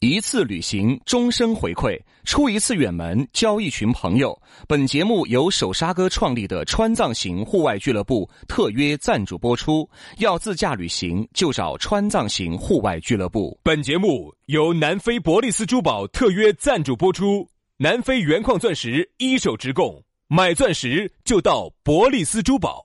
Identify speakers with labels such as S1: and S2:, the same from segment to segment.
S1: 一次旅行，终身回馈；出一次远门，交一群朋友。本节目由手沙哥创立的川藏行户外俱乐部特约赞助播出。要自驾旅行，就找川藏行户外俱乐部。
S2: 本节目由南非伯利斯珠宝特约赞助播出，南非原矿钻石一手直供，买钻石就到伯利斯珠宝。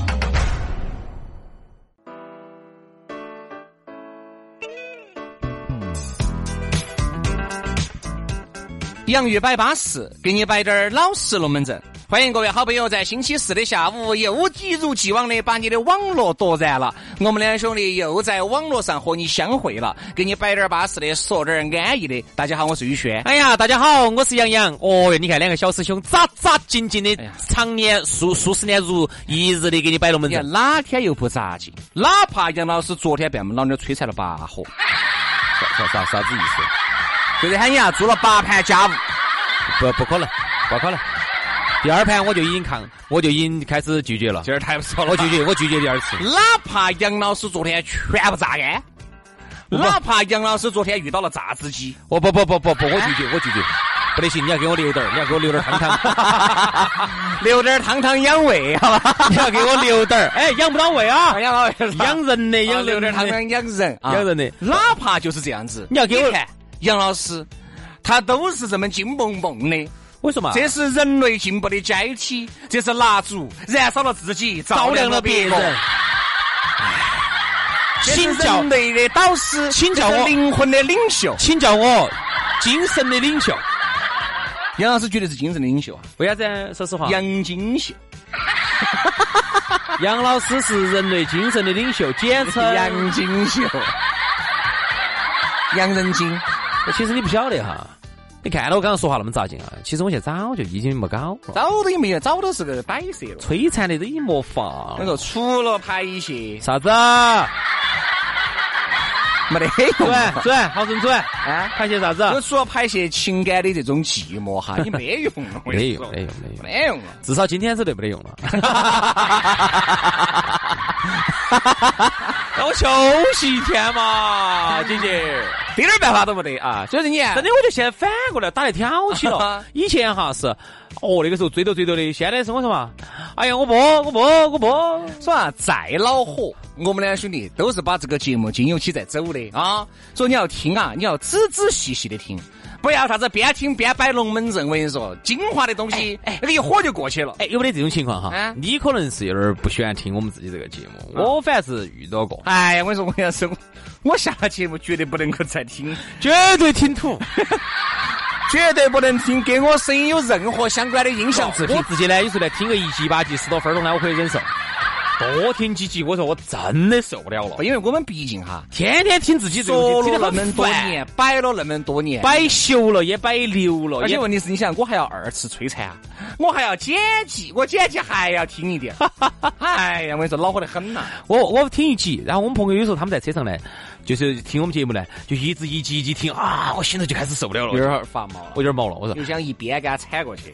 S3: 洋芋摆巴适，给你摆点儿老实龙门阵。欢迎各位好朋友在星期四的下午又一如既往的把你的网络夺燃了。我们两兄弟又在网络上和你相会了，给你摆点儿巴适的，说点儿安逸的。大家好，我是宇轩。
S4: 哎呀，大家好，我是杨洋。哦哟，你看两个小师兄扎扎紧紧的，常年数数十年如一日的给你摆龙门
S3: 你看
S4: 阵。
S3: 哎哪天又不咋劲，哪怕杨老师昨天被我们老娘摧残了八盒，
S5: 啥啥啥子意思？
S3: 就是喊你啊做了八盘家务，
S5: 不不可能，不可能！
S4: 第二盘我就已经抗，我就已经开始拒绝了。
S3: 今儿太不错
S4: 我拒绝，我拒绝第二 次。
S3: 哪怕杨老师昨天全部榨干，哪怕杨老师昨天遇到了榨汁机，
S4: 我不不不不不，我拒绝，我拒绝，不得行，你要给我留点儿，你要给我留点儿汤汤，
S3: 留点儿汤汤养胃，好吧？
S4: 你要给我留点儿， 哎，啊养不到胃啊，
S3: 杨老师
S4: 养人的，
S3: 要
S4: 养
S3: 留点儿，
S4: 人的
S3: 汤汤养人啊，
S4: 养人的
S3: 哪怕就是这样子，
S4: 你要给我
S3: 看杨老师，他都是这么金蹦蹦的。
S4: 为什么？
S3: 这是人类进步的阶梯，这是蜡烛燃烧了自己，照
S4: 照
S3: 亮
S4: 亮
S3: 了
S4: 了
S3: 别
S4: 别人
S3: 人。。这是
S4: 请教
S3: 人，类的导师，
S4: 请教
S3: 这是
S4: 我
S3: 灵魂的领袖。
S4: 请教我，精神的领袖。
S3: 杨老师绝对是精神的领袖啊，
S4: 为啥子？说实话
S3: 杨金 秀，
S4: 杨老师是人类精神的领袖，简称
S3: 杨金秀，杨仁金。
S4: 其实你不晓得哈，你看到我刚刚说话那么扎劲啊，其实我现在早就已经没搞了，
S3: 早都也没有，早都是个摆设了。
S4: 摧残的都已经没法
S3: 那
S4: 了。
S3: 个除了排泄，
S4: 啥子？啊
S3: 没得
S4: 准
S3: 用啊。
S4: 准，郝准准，
S3: 啊，
S4: 排泄啥子？
S3: 就除了排泄情感的这种寂寞 哈，你没用了，我跟
S4: 没
S3: 你
S4: 用
S3: 说，
S4: 没用，没用。
S3: 没用啊了。
S4: 至少今天是对没得用了。让我休息一天嘛，姐姐。
S3: 一点办法都没得啊！所以你看
S4: 真的，我就现在反过来打得挑起了。以前哈是，哦那个时候追都追到的，现在是我说嘛，哎呀我不我不我不。
S3: 说啊，再恼火，我们两兄弟都是把这个节目经由起在走的啊。所以你要听啊，你要仔仔细细的听，不要啥子边听边摆龙门阵。我跟你说，精华的东西，那个一火就过去了。
S4: 哎，有没得这种情况
S3: 啊
S4: 哈？你可能是有点儿不喜欢听我们自己这个节目，我反正是遇到过，
S3: 哎呀，我跟你说，我 要是我我下了节目绝对不能够再听，
S4: 绝对听土。
S3: 绝对不能听跟我声音有任何相关的音像制品
S4: 哦我。自己呢，有时候呢听个一集八集十多分钟呢，我可以忍受。多听几集，我说我真的受不了了。
S3: 因为我们毕竟哈，
S4: 哎天天听自己这
S3: 说了
S4: 个节目，
S3: 那
S4: 听得
S3: 么
S4: 很
S3: 多
S4: 烦
S3: 年，摆了那么多年，
S4: 摆熟了也摆流了，
S3: 而且
S4: 也
S3: 问题是，你想，我还要二次摧残 啊，我还要剪辑，我剪辑还要听一点。哎呀，我跟你说，恼火得很呐、
S4: 我我听一集，然后我们朋友有时候他们在车上呢，就是听我们节目呢，就一直一集一集听啊，我心头就开始受不了了，
S3: 有点发毛了
S4: 我。有点毛了。我说
S3: 又想一边给他铲过去，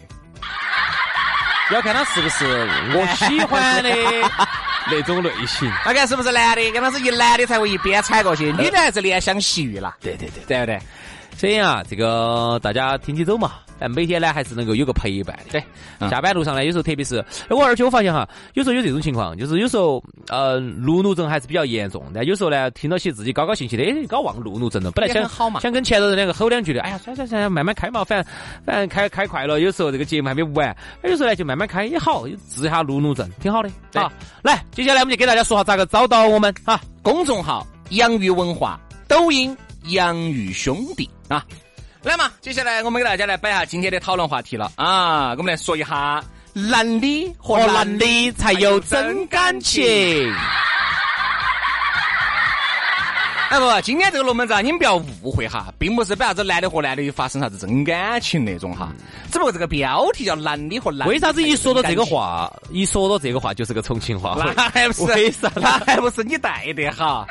S4: 要看他是不是我喜欢 的那种类型。
S3: 那看是不是男的？跟他是一男的才会一边铲过去，女的还是怜香惜玉啦，
S4: 对对对，
S3: 对不对？
S4: 所以啊，这个大家听起走嘛，但每天呢还是能够有个陪伴的。
S3: 啊
S4: 对，下班路上呢，有时候特别是哎我而且我发现哈，有时候有这种情况，就是有时候呃路怒症还是比较严重的，有时候呢听到起自己高高兴兴的，哎搞忘路怒症了，本来
S3: 也
S4: 想
S3: 很好嘛
S4: 想跟前头人两个吼两句的，哎呀算算算，慢慢开嘛，反正反正开开快了，有时候这个节目还没完，哎有时候呢就慢慢开也好，治一下路怒症挺好的。
S3: 对
S4: 啊，来，接下来我们就给大家说下咋个找到我们哈。
S3: 公众号“养鱼文化”，抖音“养鱼兄弟”啊。来嘛，接下来我们给大家来摆一下今天的讨论话题了啊！我们来说一下男的和
S4: 和
S3: 男
S4: 男
S3: 的
S4: 的才有真感情。
S3: 哎不，今天这个龙门阵啊，你们不要误会哈，并不是把啥子男的和男的又发生啥子真感情那种哈，只不过这个标题叫男的和男的。
S4: 嗯为啥子一说到这个？话，一说到这个话就是个重庆话 会？
S3: 那哎还不是？
S4: 为啥
S3: 那还不是你带的哈？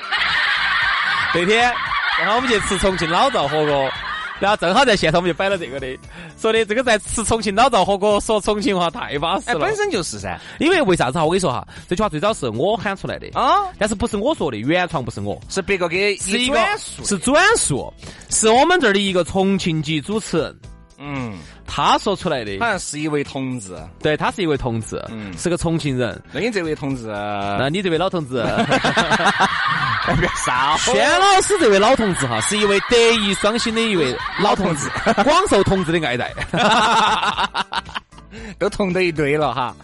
S4: 那天，然后我们去吃重庆老灶火锅，然后正好在现场我们就摆了这个的，说的这个在吃重庆老灶火锅说重庆话太巴适
S3: 哎，
S4: 了。
S3: 本身就是噻。
S4: 因为为啥子哈？我跟你说哈，这句话最早是我喊出来的
S3: 啊，
S4: 但是不是我说的，原创不是我，
S3: 是别个给
S4: 哦是一个
S3: 转述的。
S4: 是转述，是我们这儿的一个重庆籍主持人
S3: 嗯，
S4: 他说出来的
S3: 好。像是一位同志。
S4: 对，他是一位同志，
S3: 嗯
S4: 是个重庆人。
S3: 那你这位同志，
S4: 那你这位老同志，
S3: 不要 少
S4: 轩老师这位老同志哈，是一位德艺双馨的一位老 同志，广受同志的爱戴。
S3: 都同到一堆了哈。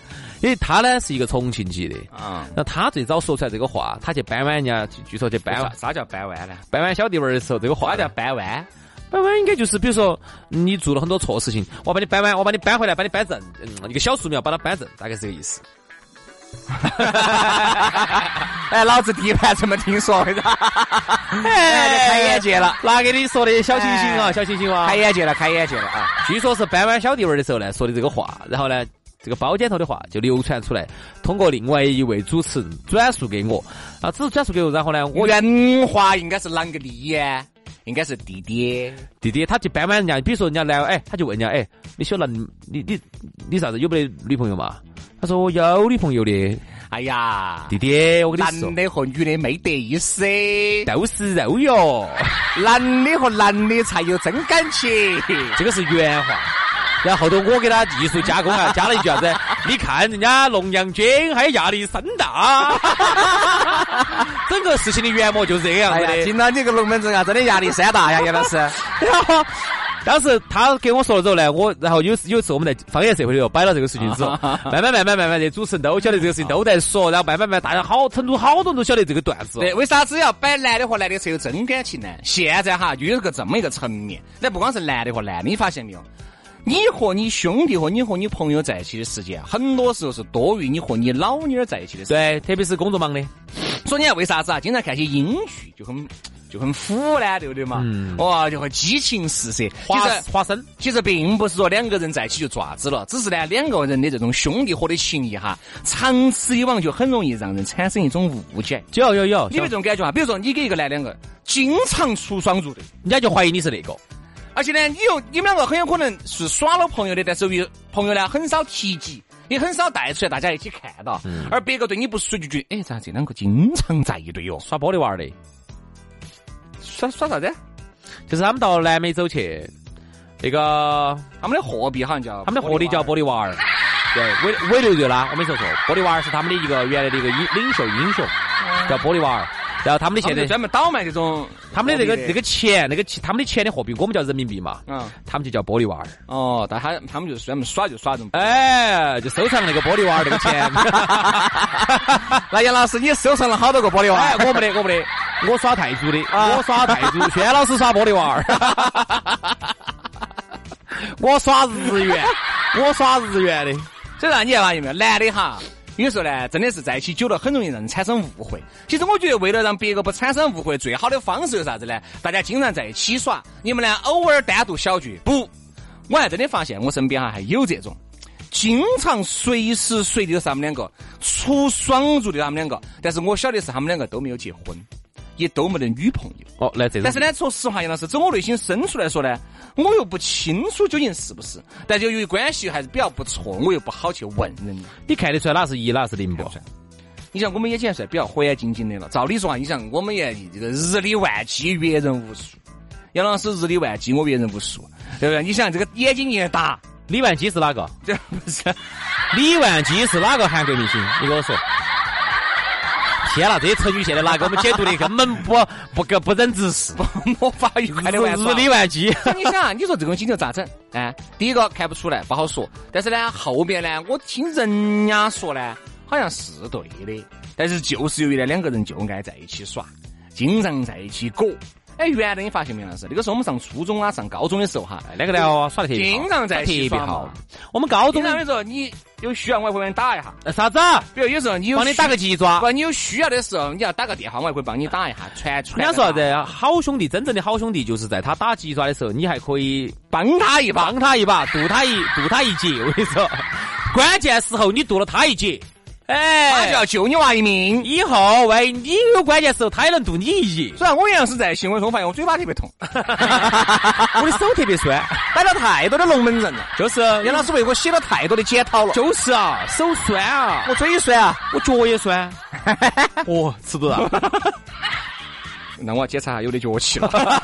S4: 因为他呢是一个重庆籍的，
S3: 啊，
S4: 那他最早说出来这个话，他去掰弯人家，据说去掰
S3: 啥
S4: 弯
S3: 啥叫掰弯呢？
S4: 掰弯小弟们儿的时候，这个话
S3: 啥叫掰弯？
S4: 掰弯应该就是，比如说你做了很多错事情，我把你掰弯，我把你掰回来，把你掰正，嗯，一个小树苗把它掰正，大概是这个意思。
S3: 哎，老子第一盘这么听说的，
S4: 哎
S3: 开眼界了，
S4: 拿给你说的小星星啊，
S3: 哎
S4: 小星星啊
S3: 开，眼界了，开眼界了啊！
S4: 据说是掰弯小弟们儿的时候呢说的这个话，然后呢。这个包间头的话就流传出来，通过另外一位主持人转述给我，啊，只是转述给我，然后呢，我
S3: 嗯原话应该是啷个的呀？应该是弟弟。
S4: 弟弟他去掰弯人家，比如说人家来，哎，他就问人家，哎，你晓得你你你你啥子有没得女朋友嘛？他说我有女朋友的，
S3: 哎呀，
S4: 弟弟，我跟你说
S3: 男，的和女的没得意思，
S4: 都是肉哟，
S3: 男的和男的才有真感情。
S4: 这个是原话。然后后头我给他技术加工啊，加了一句啥子？ 你看人家龙阳君还压力山大， 整个事情的原模就是这个样子
S3: 哎
S4: 的。
S3: 呀，听到你个龙门阵啊，真的压力山大呀，杨老师。
S4: 然后当时他给我说了之后呢，我然后有有一次我们在方言社会里头摆了这个事情 之后，慢慢慢慢慢慢，这主持人都晓得这个事情都在说，然后慢慢慢慢，大家好，成都好多人都晓得这个段子。哦
S3: 对，为啥子要摆男的和男的才有真感情呢？现在哈，又有个这么一个层面，那不光是男的和男的，你发现没有？你和你兄弟和你和你朋友在一起的时间，很多时候是多于你和你老妞儿在一起的时间。
S4: 对，特别是工作忙的，
S3: 所以你看为啥子啊？经常看些英剧就很就很腐烂，对不对嘛？
S4: 嗯
S3: 哇，就会激情四射。其
S4: 花
S3: 实
S4: 花生。
S3: 其实并不是说两个人在一起就爪子了，只是呢两个人的这种兄弟伙的情谊哈，长此以往就很容易让人产生一种误解。
S4: 有有有，
S3: 你有这
S4: 人
S3: 种感觉啊？比如说你跟一个男两个经常出双入对，
S4: 家就怀疑你是那个。
S3: 而且呢，你又你们两个很有可能是耍了朋友的，但是又朋友呢很少提及，也很少带出来大家一起看到，而别个对你不熟就觉得，哎，咋这两个经常在一堆哦哟？
S4: 耍玻璃娃儿的，
S3: 耍耍啥子？
S4: 就是他们到南美洲去，那个
S3: 他们的货币好像叫
S4: 他们的货里叫
S3: 玻
S4: 啊玻璃娃儿，对，委委内瑞拉，我没说错，玻利瓦尔是他们的一个原来的一个英领袖英雄，叫玻利瓦尔。然后哦他们的
S3: 璃，现
S4: 现
S3: 在
S4: 在
S3: 专门倒卖这种
S4: 他们的这个
S3: 货币
S4: 这个钱，那个钱他们的钱的货币，我们叫人民币嘛，
S3: 嗯
S4: 他们就叫玻利瓦尔。
S3: 哦，但他他们就是专门耍就耍这种。
S4: 哎，就收藏那个玻利瓦尔那个钱。
S3: 那杨老师，你收藏了好多个玻璃
S4: 哎，我没得，我没得，我耍泰铢的，我耍泰 铢，轩老师耍玻利瓦 尔，我耍日元，我耍日元的。
S3: 所以说，你看嘛，有没有男的哈？有时候呢，真的是在一起久了，很容易让人产生误会。其实我觉得，为了让别个不产生误会，最好的方式有啥子呢？大家经常在一起耍，你们呢偶尔单独小聚。不，我还真的发现我身边哈还有这种，经常随时随地都是他们两个出双入对的他们两个，但是我晓得是他们两个都没有结婚，也都没得女朋友。
S4: 哦，来这种。
S3: 但是呢，说实话，杨老师，从我内心深处来说呢，我又不清楚究竟是不是，但就由于关系还是比较不错，我又不好去问人。
S4: 你看得出来哪是一，哪是零不？
S3: 你像我们也现在算比较和蔼晶晶的了，照理说啊，你像我们也这个日理万机，阅人无数。杨老师日理万机，我阅人无数，对不对？你想这个眼睛一大，
S4: 李万基是哪个？
S3: 这不是
S4: 李万基是哪个韩国明星？你跟我说。天啦，这些成语现在拿给我们解读的根本不不不不忍直视。
S3: 魔法愉快的玩
S4: 日理万机。
S3: 所以你想啊，你说这个东西你又咋整？哎，第一个看不出来，不好说。但是呢，后面呢，我听人家说呢，好像是对的。但是就是由于呢，两个人就爱在一起耍，经常在一起裹。哎，原来你发现没有，老师？那个时候我们上初中啊，上高中的时候哈，
S4: 两个呢耍的特别好
S3: 经常在一起
S4: 特别
S3: 耍
S4: 好
S3: 嘛。
S4: 我们高
S3: 我
S4: 中
S3: 跟你说，你有需要我也会帮你打一下。
S4: 呃啥子啊？
S3: 比如有时候你有
S4: 帮你打个
S3: 需
S4: 鸡爪。
S3: 不，你有需要的时候，你要打个电话，我还会帮你打一下，传传。
S4: 人家说啥？子？好兄弟，真正的好兄弟就是在他打鸡爪的时候，你还可以
S3: 帮他一把，
S4: 帮他一把，渡他一渡他一劫。我跟你说，关键时候你渡了他一劫，
S3: 他就
S4: 哎，
S3: 要救你娃一命。
S4: 以后万一你有关键时候，他也能渡你一劫。
S3: 虽然我原来是在新闻中发现我嘴巴特别痛，
S4: 我的手特别酸，
S3: 摆了太多的龙门阵了。
S4: 就是
S3: 杨老师为我写了太多的检讨了，
S4: 就是啊，手酸啊，
S3: 我嘴酸啊。
S4: 我脚也酸， 哦，吃不到。
S3: 那我要检查下有的脚气了。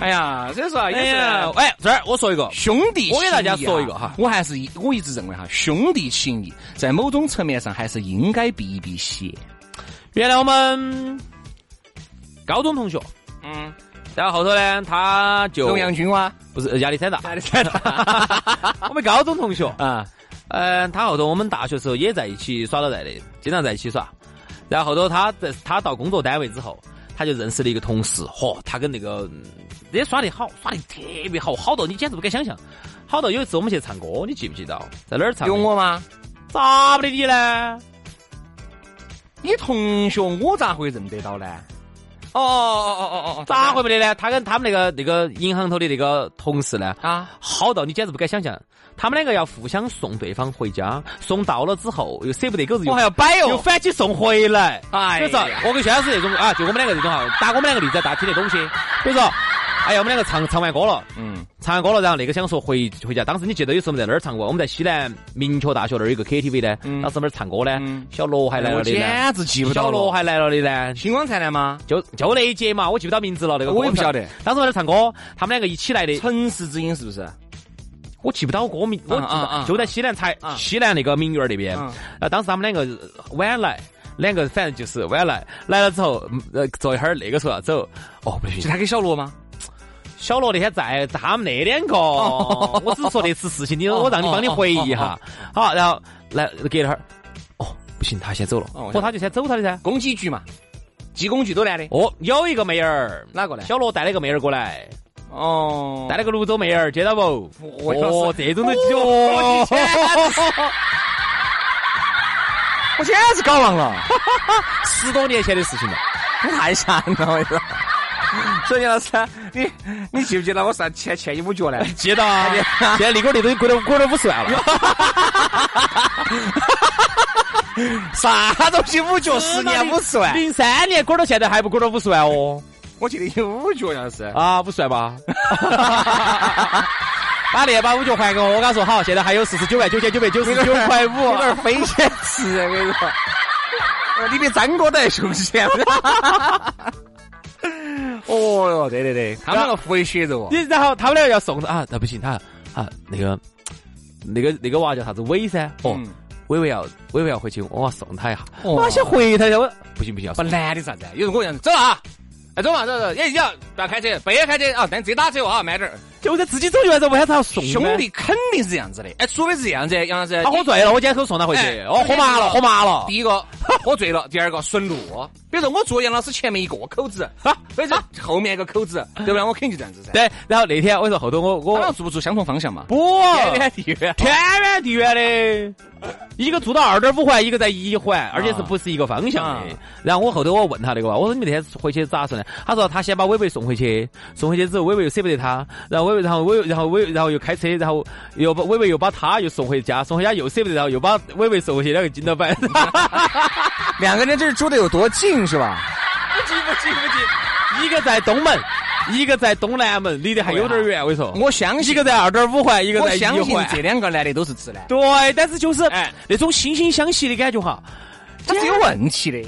S3: 哎呀，所以说啊，有
S4: 哎
S3: 时候
S4: 呀
S3: 啊，
S4: 哎，这儿我说一个，
S3: 兄弟情谊啊，
S4: 我给大家说一个哈
S3: 我还是一我一直认为哈，兄弟情谊在某种层面上还是应该避一避嫌。
S4: 原来我们高中同学，
S3: 嗯，
S4: 然后后头呢，他就
S3: 荣阳君哇，
S4: 不是亚历山大，
S3: 来的天
S4: 我们高中同学，
S3: 啊，
S4: 嗯、他后头我们大学时候也在一起耍到在的，经常在一起耍。然后后头他在他到工作单位之后，他就认识了一个同事，嚯、他跟那个嗯也耍得好，耍得特别好，好到你简直不敢想象。好到有一次我们去唱歌，你记不记得？在哪儿唱？
S3: 有啊我吗？
S4: 咋不得你呢？
S3: 你同学我咋会认得到呢？哦哦哦哦哦哦，
S4: 咋会不得呢？他跟他们那个那个银行头的那个同事呢，
S3: 啊？
S4: 好到你简直不敢想象，他们两个要互相送对方回家，送到了之后又舍不得狗日用，
S3: 我还要摆
S4: 又
S3: 哦。
S4: 反击送回来。
S3: 哎
S4: 比如说，我跟轩老师这种啊，就我们两个这种哈，打我们两个例子，大家听得懂些。比如说，哎呀，我们两个唱唱完歌了，
S3: 嗯，
S4: 唱完歌了，然后那个想说回回家。当时你记得有时候我们在哪儿唱过？我们在西南明确大学那儿有个 KTV 呢，
S3: 嗯
S4: 当时我们在那儿唱歌呢，
S3: 嗯哎
S4: 小罗还来了
S3: 我
S4: 的呢，
S3: 简直记不
S4: 小
S3: 到
S4: 罗
S3: 了。
S4: 还来了的呢，
S3: 星光灿烂吗？
S4: 就就那一节嘛，我记不到名字了，那个
S3: 我也不
S4: 歌手
S3: 晓得。
S4: 当时我在那儿唱歌，他们两个一起来的，
S3: 城市之音是不是？
S4: 我记不到歌名，我记不
S3: 啊啊啊
S4: 到就在西南财
S3: 啊
S4: 西南那个名园那边
S3: 嗯。
S4: 呃，当时他们两个呃晚来，两个反正就是晚来，来了之后，嗯呃，坐一会儿那个说要走，哦，不
S3: 就
S4: 行，
S3: 他跟小罗吗？
S4: 小罗那天在他们那两个，
S3: 哦
S4: 我只是说那次事情，你我让你帮你回忆一下。 好，然后来隔了会儿，哦，不行，他先走了，
S3: 哦我
S4: 哦，他就先走他的噻。
S3: 公鸡局嘛，鸡公局都男的。
S4: 哦，有一个妹儿，
S3: 哪个呢？
S4: 小罗带了一个妹儿过来，
S3: 哦
S4: 带了个泸州妹儿，接到不？
S3: 我要是
S4: 哦，这种都哦，
S3: 我简直搞忘了，
S4: 十多年前的事情了。
S3: 我太吓人了，我跟你说。 所以杨老师，你你记不记得我上前前一五角呢？
S4: 记得 啊，现在那个那东西贵了贵了五十万了，
S3: 啥东西五角十年五十万？
S4: 零三年滚到现在还不滚到五十万 哦，
S3: 我记得有五角，杨老师。
S4: 啊，五十万 吧。把那把五角还给我，我跟他说好，现在还有四十九万九千九百九十九块五。
S3: 有点飞险吃，我跟你说，呃啊你比张哥都还凶险。 哦哟，对对对，他们那个回血肉哦
S4: 你，然后他们两个要送他啊，那不行，他啊那个那个那个娃叫啥子伟噻？哦，
S3: 嗯
S4: 伟伟要伟伟要回去，我要送他一下。我先回他一下，我不行不行，要
S3: 不
S4: 送
S3: 男的啥子？有人跟我讲，走了啊，哎，走嘛，走走，哎，你要不要开车？不要开车啊，但自己打车哦啊，慢点儿。
S4: 就在自己走就完，为啥子要送呢哎
S3: 兄？弟肯定是这样子的，哎，除非是这样子，杨老师
S4: 他，喝醉啊了，我今天可送他回去
S3: 哎。
S4: 哦，喝麻了，喝麻了。
S3: 第一个 喝醉了，第二个顺路。哦比如说我坐杨老师前面一个口子，或者后面一个口子，对不对？我肯定就这样子噻。
S4: 对，然后那天我说后头我
S3: 他俩
S4: 我
S3: 住不住相同方向嘛？
S4: 不
S3: 天地远
S4: 天远地远的，一个住到二点五环，一个在一环，而且是不是一个方向的。
S3: 啊
S4: 然后我后头我问他那个吧，我说你那天回去咋算呢？他说他先把伟伟送回去，送回去之后伟伟又舍不得他，然后伟伟然后伟然后伟然后又开车，然后又把伟伟又把他又送回家，送回家又舍不得，然后又把伟伟送回去，两个紧到板。记不
S3: 两个人这是住的有多近是吧？
S4: 记不记？ 一个在东门，一个在东南门，离得还有点远。我跟你说，
S3: 我相
S4: 一
S3: 信
S4: 个在二点五环，一个
S3: 我
S4: 在一
S3: 相信
S4: 环。
S3: 这两个男的都是直男，
S4: 对，但是就是
S3: 哎
S4: 那种惺惺相惜的感觉哈。
S3: 他是有问题的，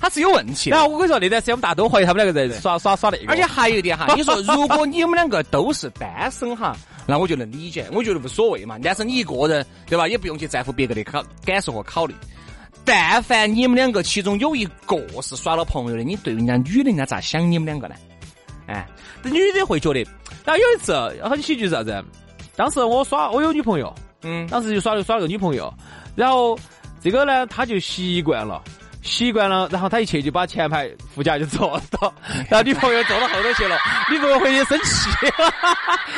S3: 他是有问题
S4: 然
S3: 的。
S4: 后我跟你说，那段时间我们大家都怀疑他们两个在耍耍耍那个，
S3: 而且还有一点哈，你说如果你们两个都是单身哈，那我就能理解，我觉得无所谓嘛。但是你一个人对吧，也不用去在乎别个的考感受和考虑。但凡你们两个其中有一个是耍了朋友的，你对人家女的，人家咋想你们两个呢？哎，
S4: 女的会觉得。然后有一次很喜剧是啥子？当时我耍，我有女朋友，
S3: 嗯，
S4: 当时就耍了耍了个女朋友，然后这个呢，他就习惯了。习惯了，然后他一去就把前排副驾就坐 到，然后女朋友坐到后头去了，女朋友回去生气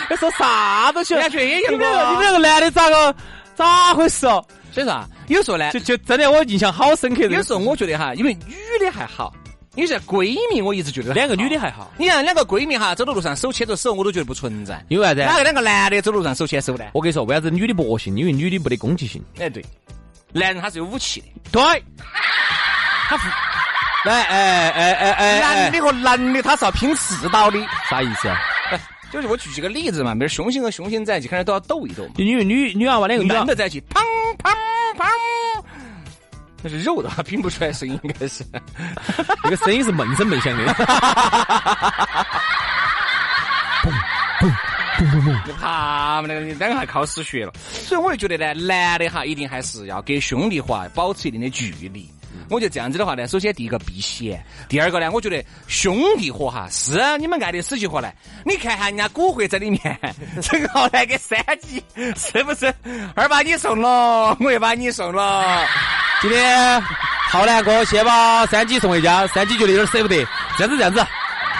S4: 了， 说啥子去了？
S3: 感觉也
S4: 你
S3: 有
S4: 们两个，你
S3: 个。
S4: 们两个男的咋个咋回事哦？
S3: 所以说啊，有时候呢
S4: 就，就真的我印象好深刻的，
S3: 有时候我觉得哈，因为女的还好，因为像闺蜜，我一直觉得
S4: 两个女的
S3: 还好。
S4: 还好，
S3: 你看两个闺蜜哈，走到路上手牵着手，我都觉得不存在。
S4: 因为啥子
S3: 哪个两个男的走路上手牵手呢？
S4: 我跟你说，为啥子女的不恶性？因为女的没得攻击性。
S3: 哎，对，男人他是有武器的。
S4: 对，他负 来，哎哎哎哎
S3: 男
S4: 哎，
S3: 的和男的他是要拼刺刀的。
S4: 啥意思啊？
S3: 就是我举几个例子嘛，比如雄性和雄性在一起，肯定都要斗一 斗嘛。
S4: 因为女女娃娃两个女娃
S3: 男的在一起，砰砰砰，那是肉的话拼不出来声音，应该是。
S4: 这个声音是闷声闷响的。
S3: 就怕嘛那个两个还靠死学了。所以我就觉得呢，男的哈一定还是要跟兄弟伙保持一定的距离。我觉得这样子的话呢，首先第一个避嫌，第二个呢，我觉得兄弟伙哈是啊你们爱的死去活来。你看下人家古惑仔里面，陈浩南跟三级是不是？二把你送了，我也把你送了。
S4: 今天浩南哥先把三鸡送回家，三鸡觉得有点舍不得，这样子这样子，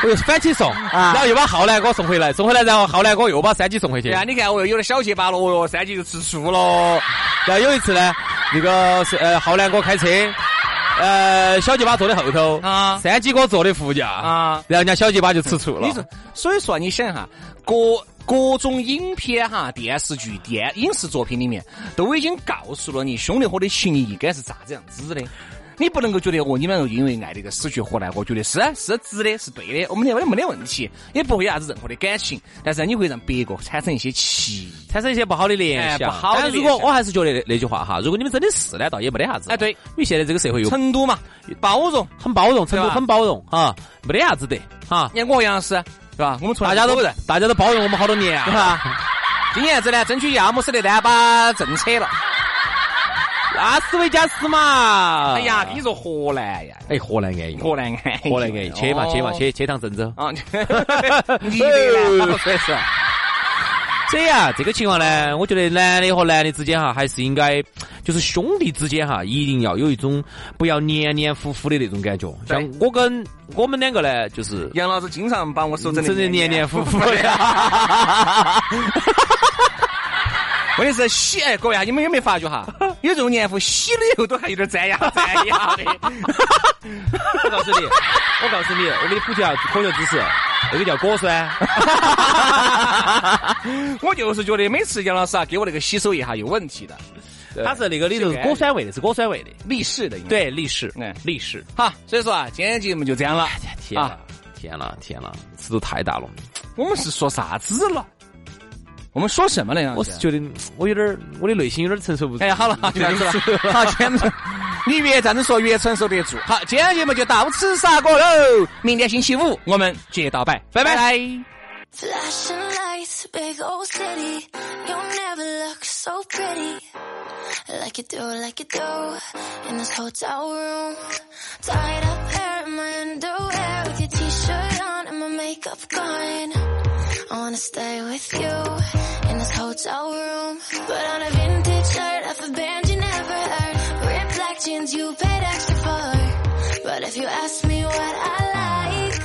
S4: 我又反起送，然后又把浩南哥送回来，送回来然后浩南哥又把三鸡送回去。
S3: 对啊，
S4: 然
S3: 你看我又有点小结巴了，哦哟，三级就吃素了。
S4: 后有一次呢，那个是呃浩南哥开车，呃小结巴坐在后头，
S3: 啊
S4: 三鸡哥坐的副驾，
S3: 啊
S4: 然后人家小结巴就吃醋了。
S3: 你说，所以说啊你想哈，各各种影片哈、电视剧、电影视作品里面，都已经告诉了你兄弟伙的情谊应该是咋子样子的。你不能够觉得哦，你们两个因为爱这个死去活来，我觉得是啊是值的，是对的，我们两个没得问题，也不会有啥子任何的感情，但是呢你会让别个产生一些歧。
S4: 产生一些不好的联
S3: 哎不
S4: 想。
S3: 好的
S4: 但如
S3: 联
S4: 果
S3: 想
S4: 我还是觉得那那句话哈，如果你们真的是呢，倒也没得啥子。
S3: 哎对
S4: 因为现在这个社会又
S3: 成都嘛，包容，
S4: 很包容，成
S3: 对
S4: 都
S3: 吧
S4: 很包容哎啊，没得啥子的哈。
S3: 你看我杨是，是吧？我们从来
S4: 大家都
S3: 不认，
S4: 大家都包容我们好多年
S3: 对
S4: 啊。
S3: 吧？今年子呢，争取要么是的呢，把政扯了。
S4: 啊那啊斯维加斯嘛，
S3: 哎呀，跟你，说河南呀，
S4: 哎，河南安逸，
S3: 河南安逸，
S4: 河南安逸，去嘛去嘛
S3: 哦
S4: 去去趟郑州。
S3: 啊，你的呢？
S4: 确实。这样，这个情况呢，我觉得男的和男的之间哈，还是应该就是兄弟之间哈，一定要有一种不要黏黏糊糊的那种感觉。
S3: 对
S4: 像我跟我们两个呢，就是
S3: 杨老师经常把我手整
S4: 真的黏黏糊糊的。
S3: 问题是洗，哎，各位啊，你们有没有发觉 哈？有这种黏糊，洗了以后都还有点粘牙粘牙的。
S4: 我告诉你，我告诉你，我给你普及下科学知识，那个叫果酸。
S3: 我就是觉得每次杨老师啊给我那个洗手液哈有问题的，
S4: 它是那个里头是果酸味的，是果酸味的。
S3: 立式的应该。
S4: 对，历史
S3: 哎，
S4: 历史。
S3: 好，所以说啊，今天节目就这样了。
S4: 天
S3: 啊
S4: 了，天了，天啊了，尺度太大了。
S3: 我们是说啥子了？我们说什么了？杨老
S4: 我
S3: 师
S4: 是觉得嗯我有点儿，我的内心有点儿承受不住。
S3: 哎，好 了，就这样子了。 好，今天你越这样子说越承受得住。好，今天节目就到此杀过喽。明天星期五我们接到摆，拜拜
S6: Flashing lights, big old city. You'll never look so pretty. Like you do, like you do. In this hotel room. Tied up hair in my underwear. With your t-shirt on and my makeup gone. I wanna stay with you. In this hotel room. Put on a vintage shirt off a band you never heard. Ripped black jeans you paid extra for. But if you ask me what I like.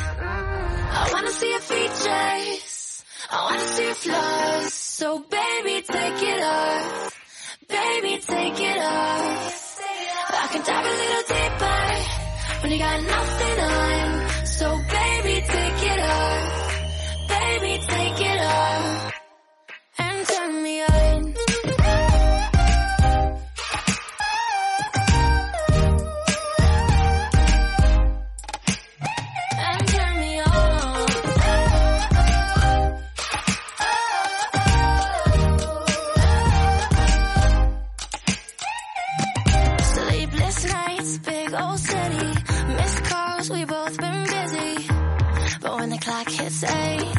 S6: I wanna see your features. I wanna see your flaws. So baby, take it off. Baby, take it off. I can dive a little deeper when you got nothing on. So baby, take it off. Baby, take it off. And turn me on. And turn me on. Sleepless nights, big old city. Missed calls, we both been busy. But when the clock hits eight,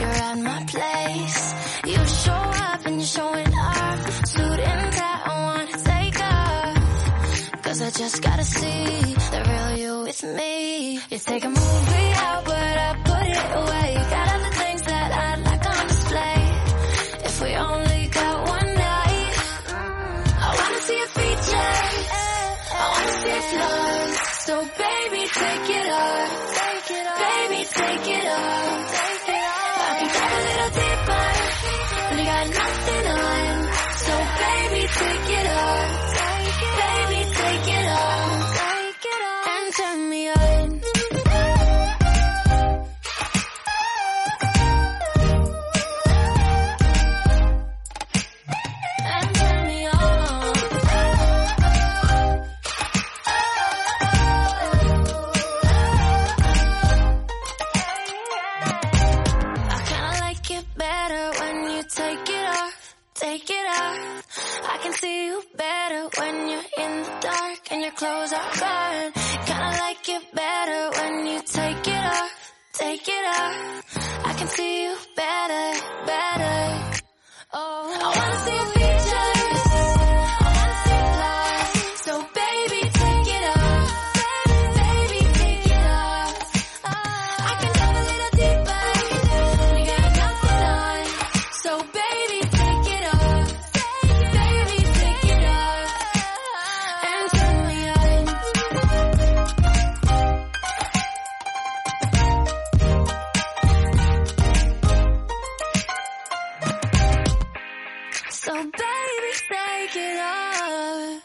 S6: you're at my place. You show up and you're showing off. Suit and tie, I wanna take off. Cause I just gotta see the real you with me. You take a movie out, but I put it away. Got other things that I'd like on display. If we only got one night, I wanna see your features. I wanna see your flaws. take it off, take it off, baby, take it off, take it off. I can dive a little deeper, really got nothing on, so baby, take it off, take it, baby, take it off, take it off, and turn me on. And turn me on. I kinda like it better when you take it off, take it off. I can see you better when you're in the dark and your clothes are gone. Kinda like it better when you take it off, take it off. I can see you better, better. Oh, I wanna see your features. I wanna see you fly. So baby, take it off. Baby, take it off. I can dive a little deeper. We got nothing on. So baby, take it off. Baby, take it off. And turn me on. So baby, take it off.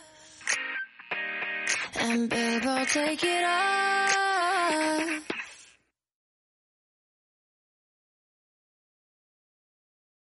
S6: And babe, I'll take it off.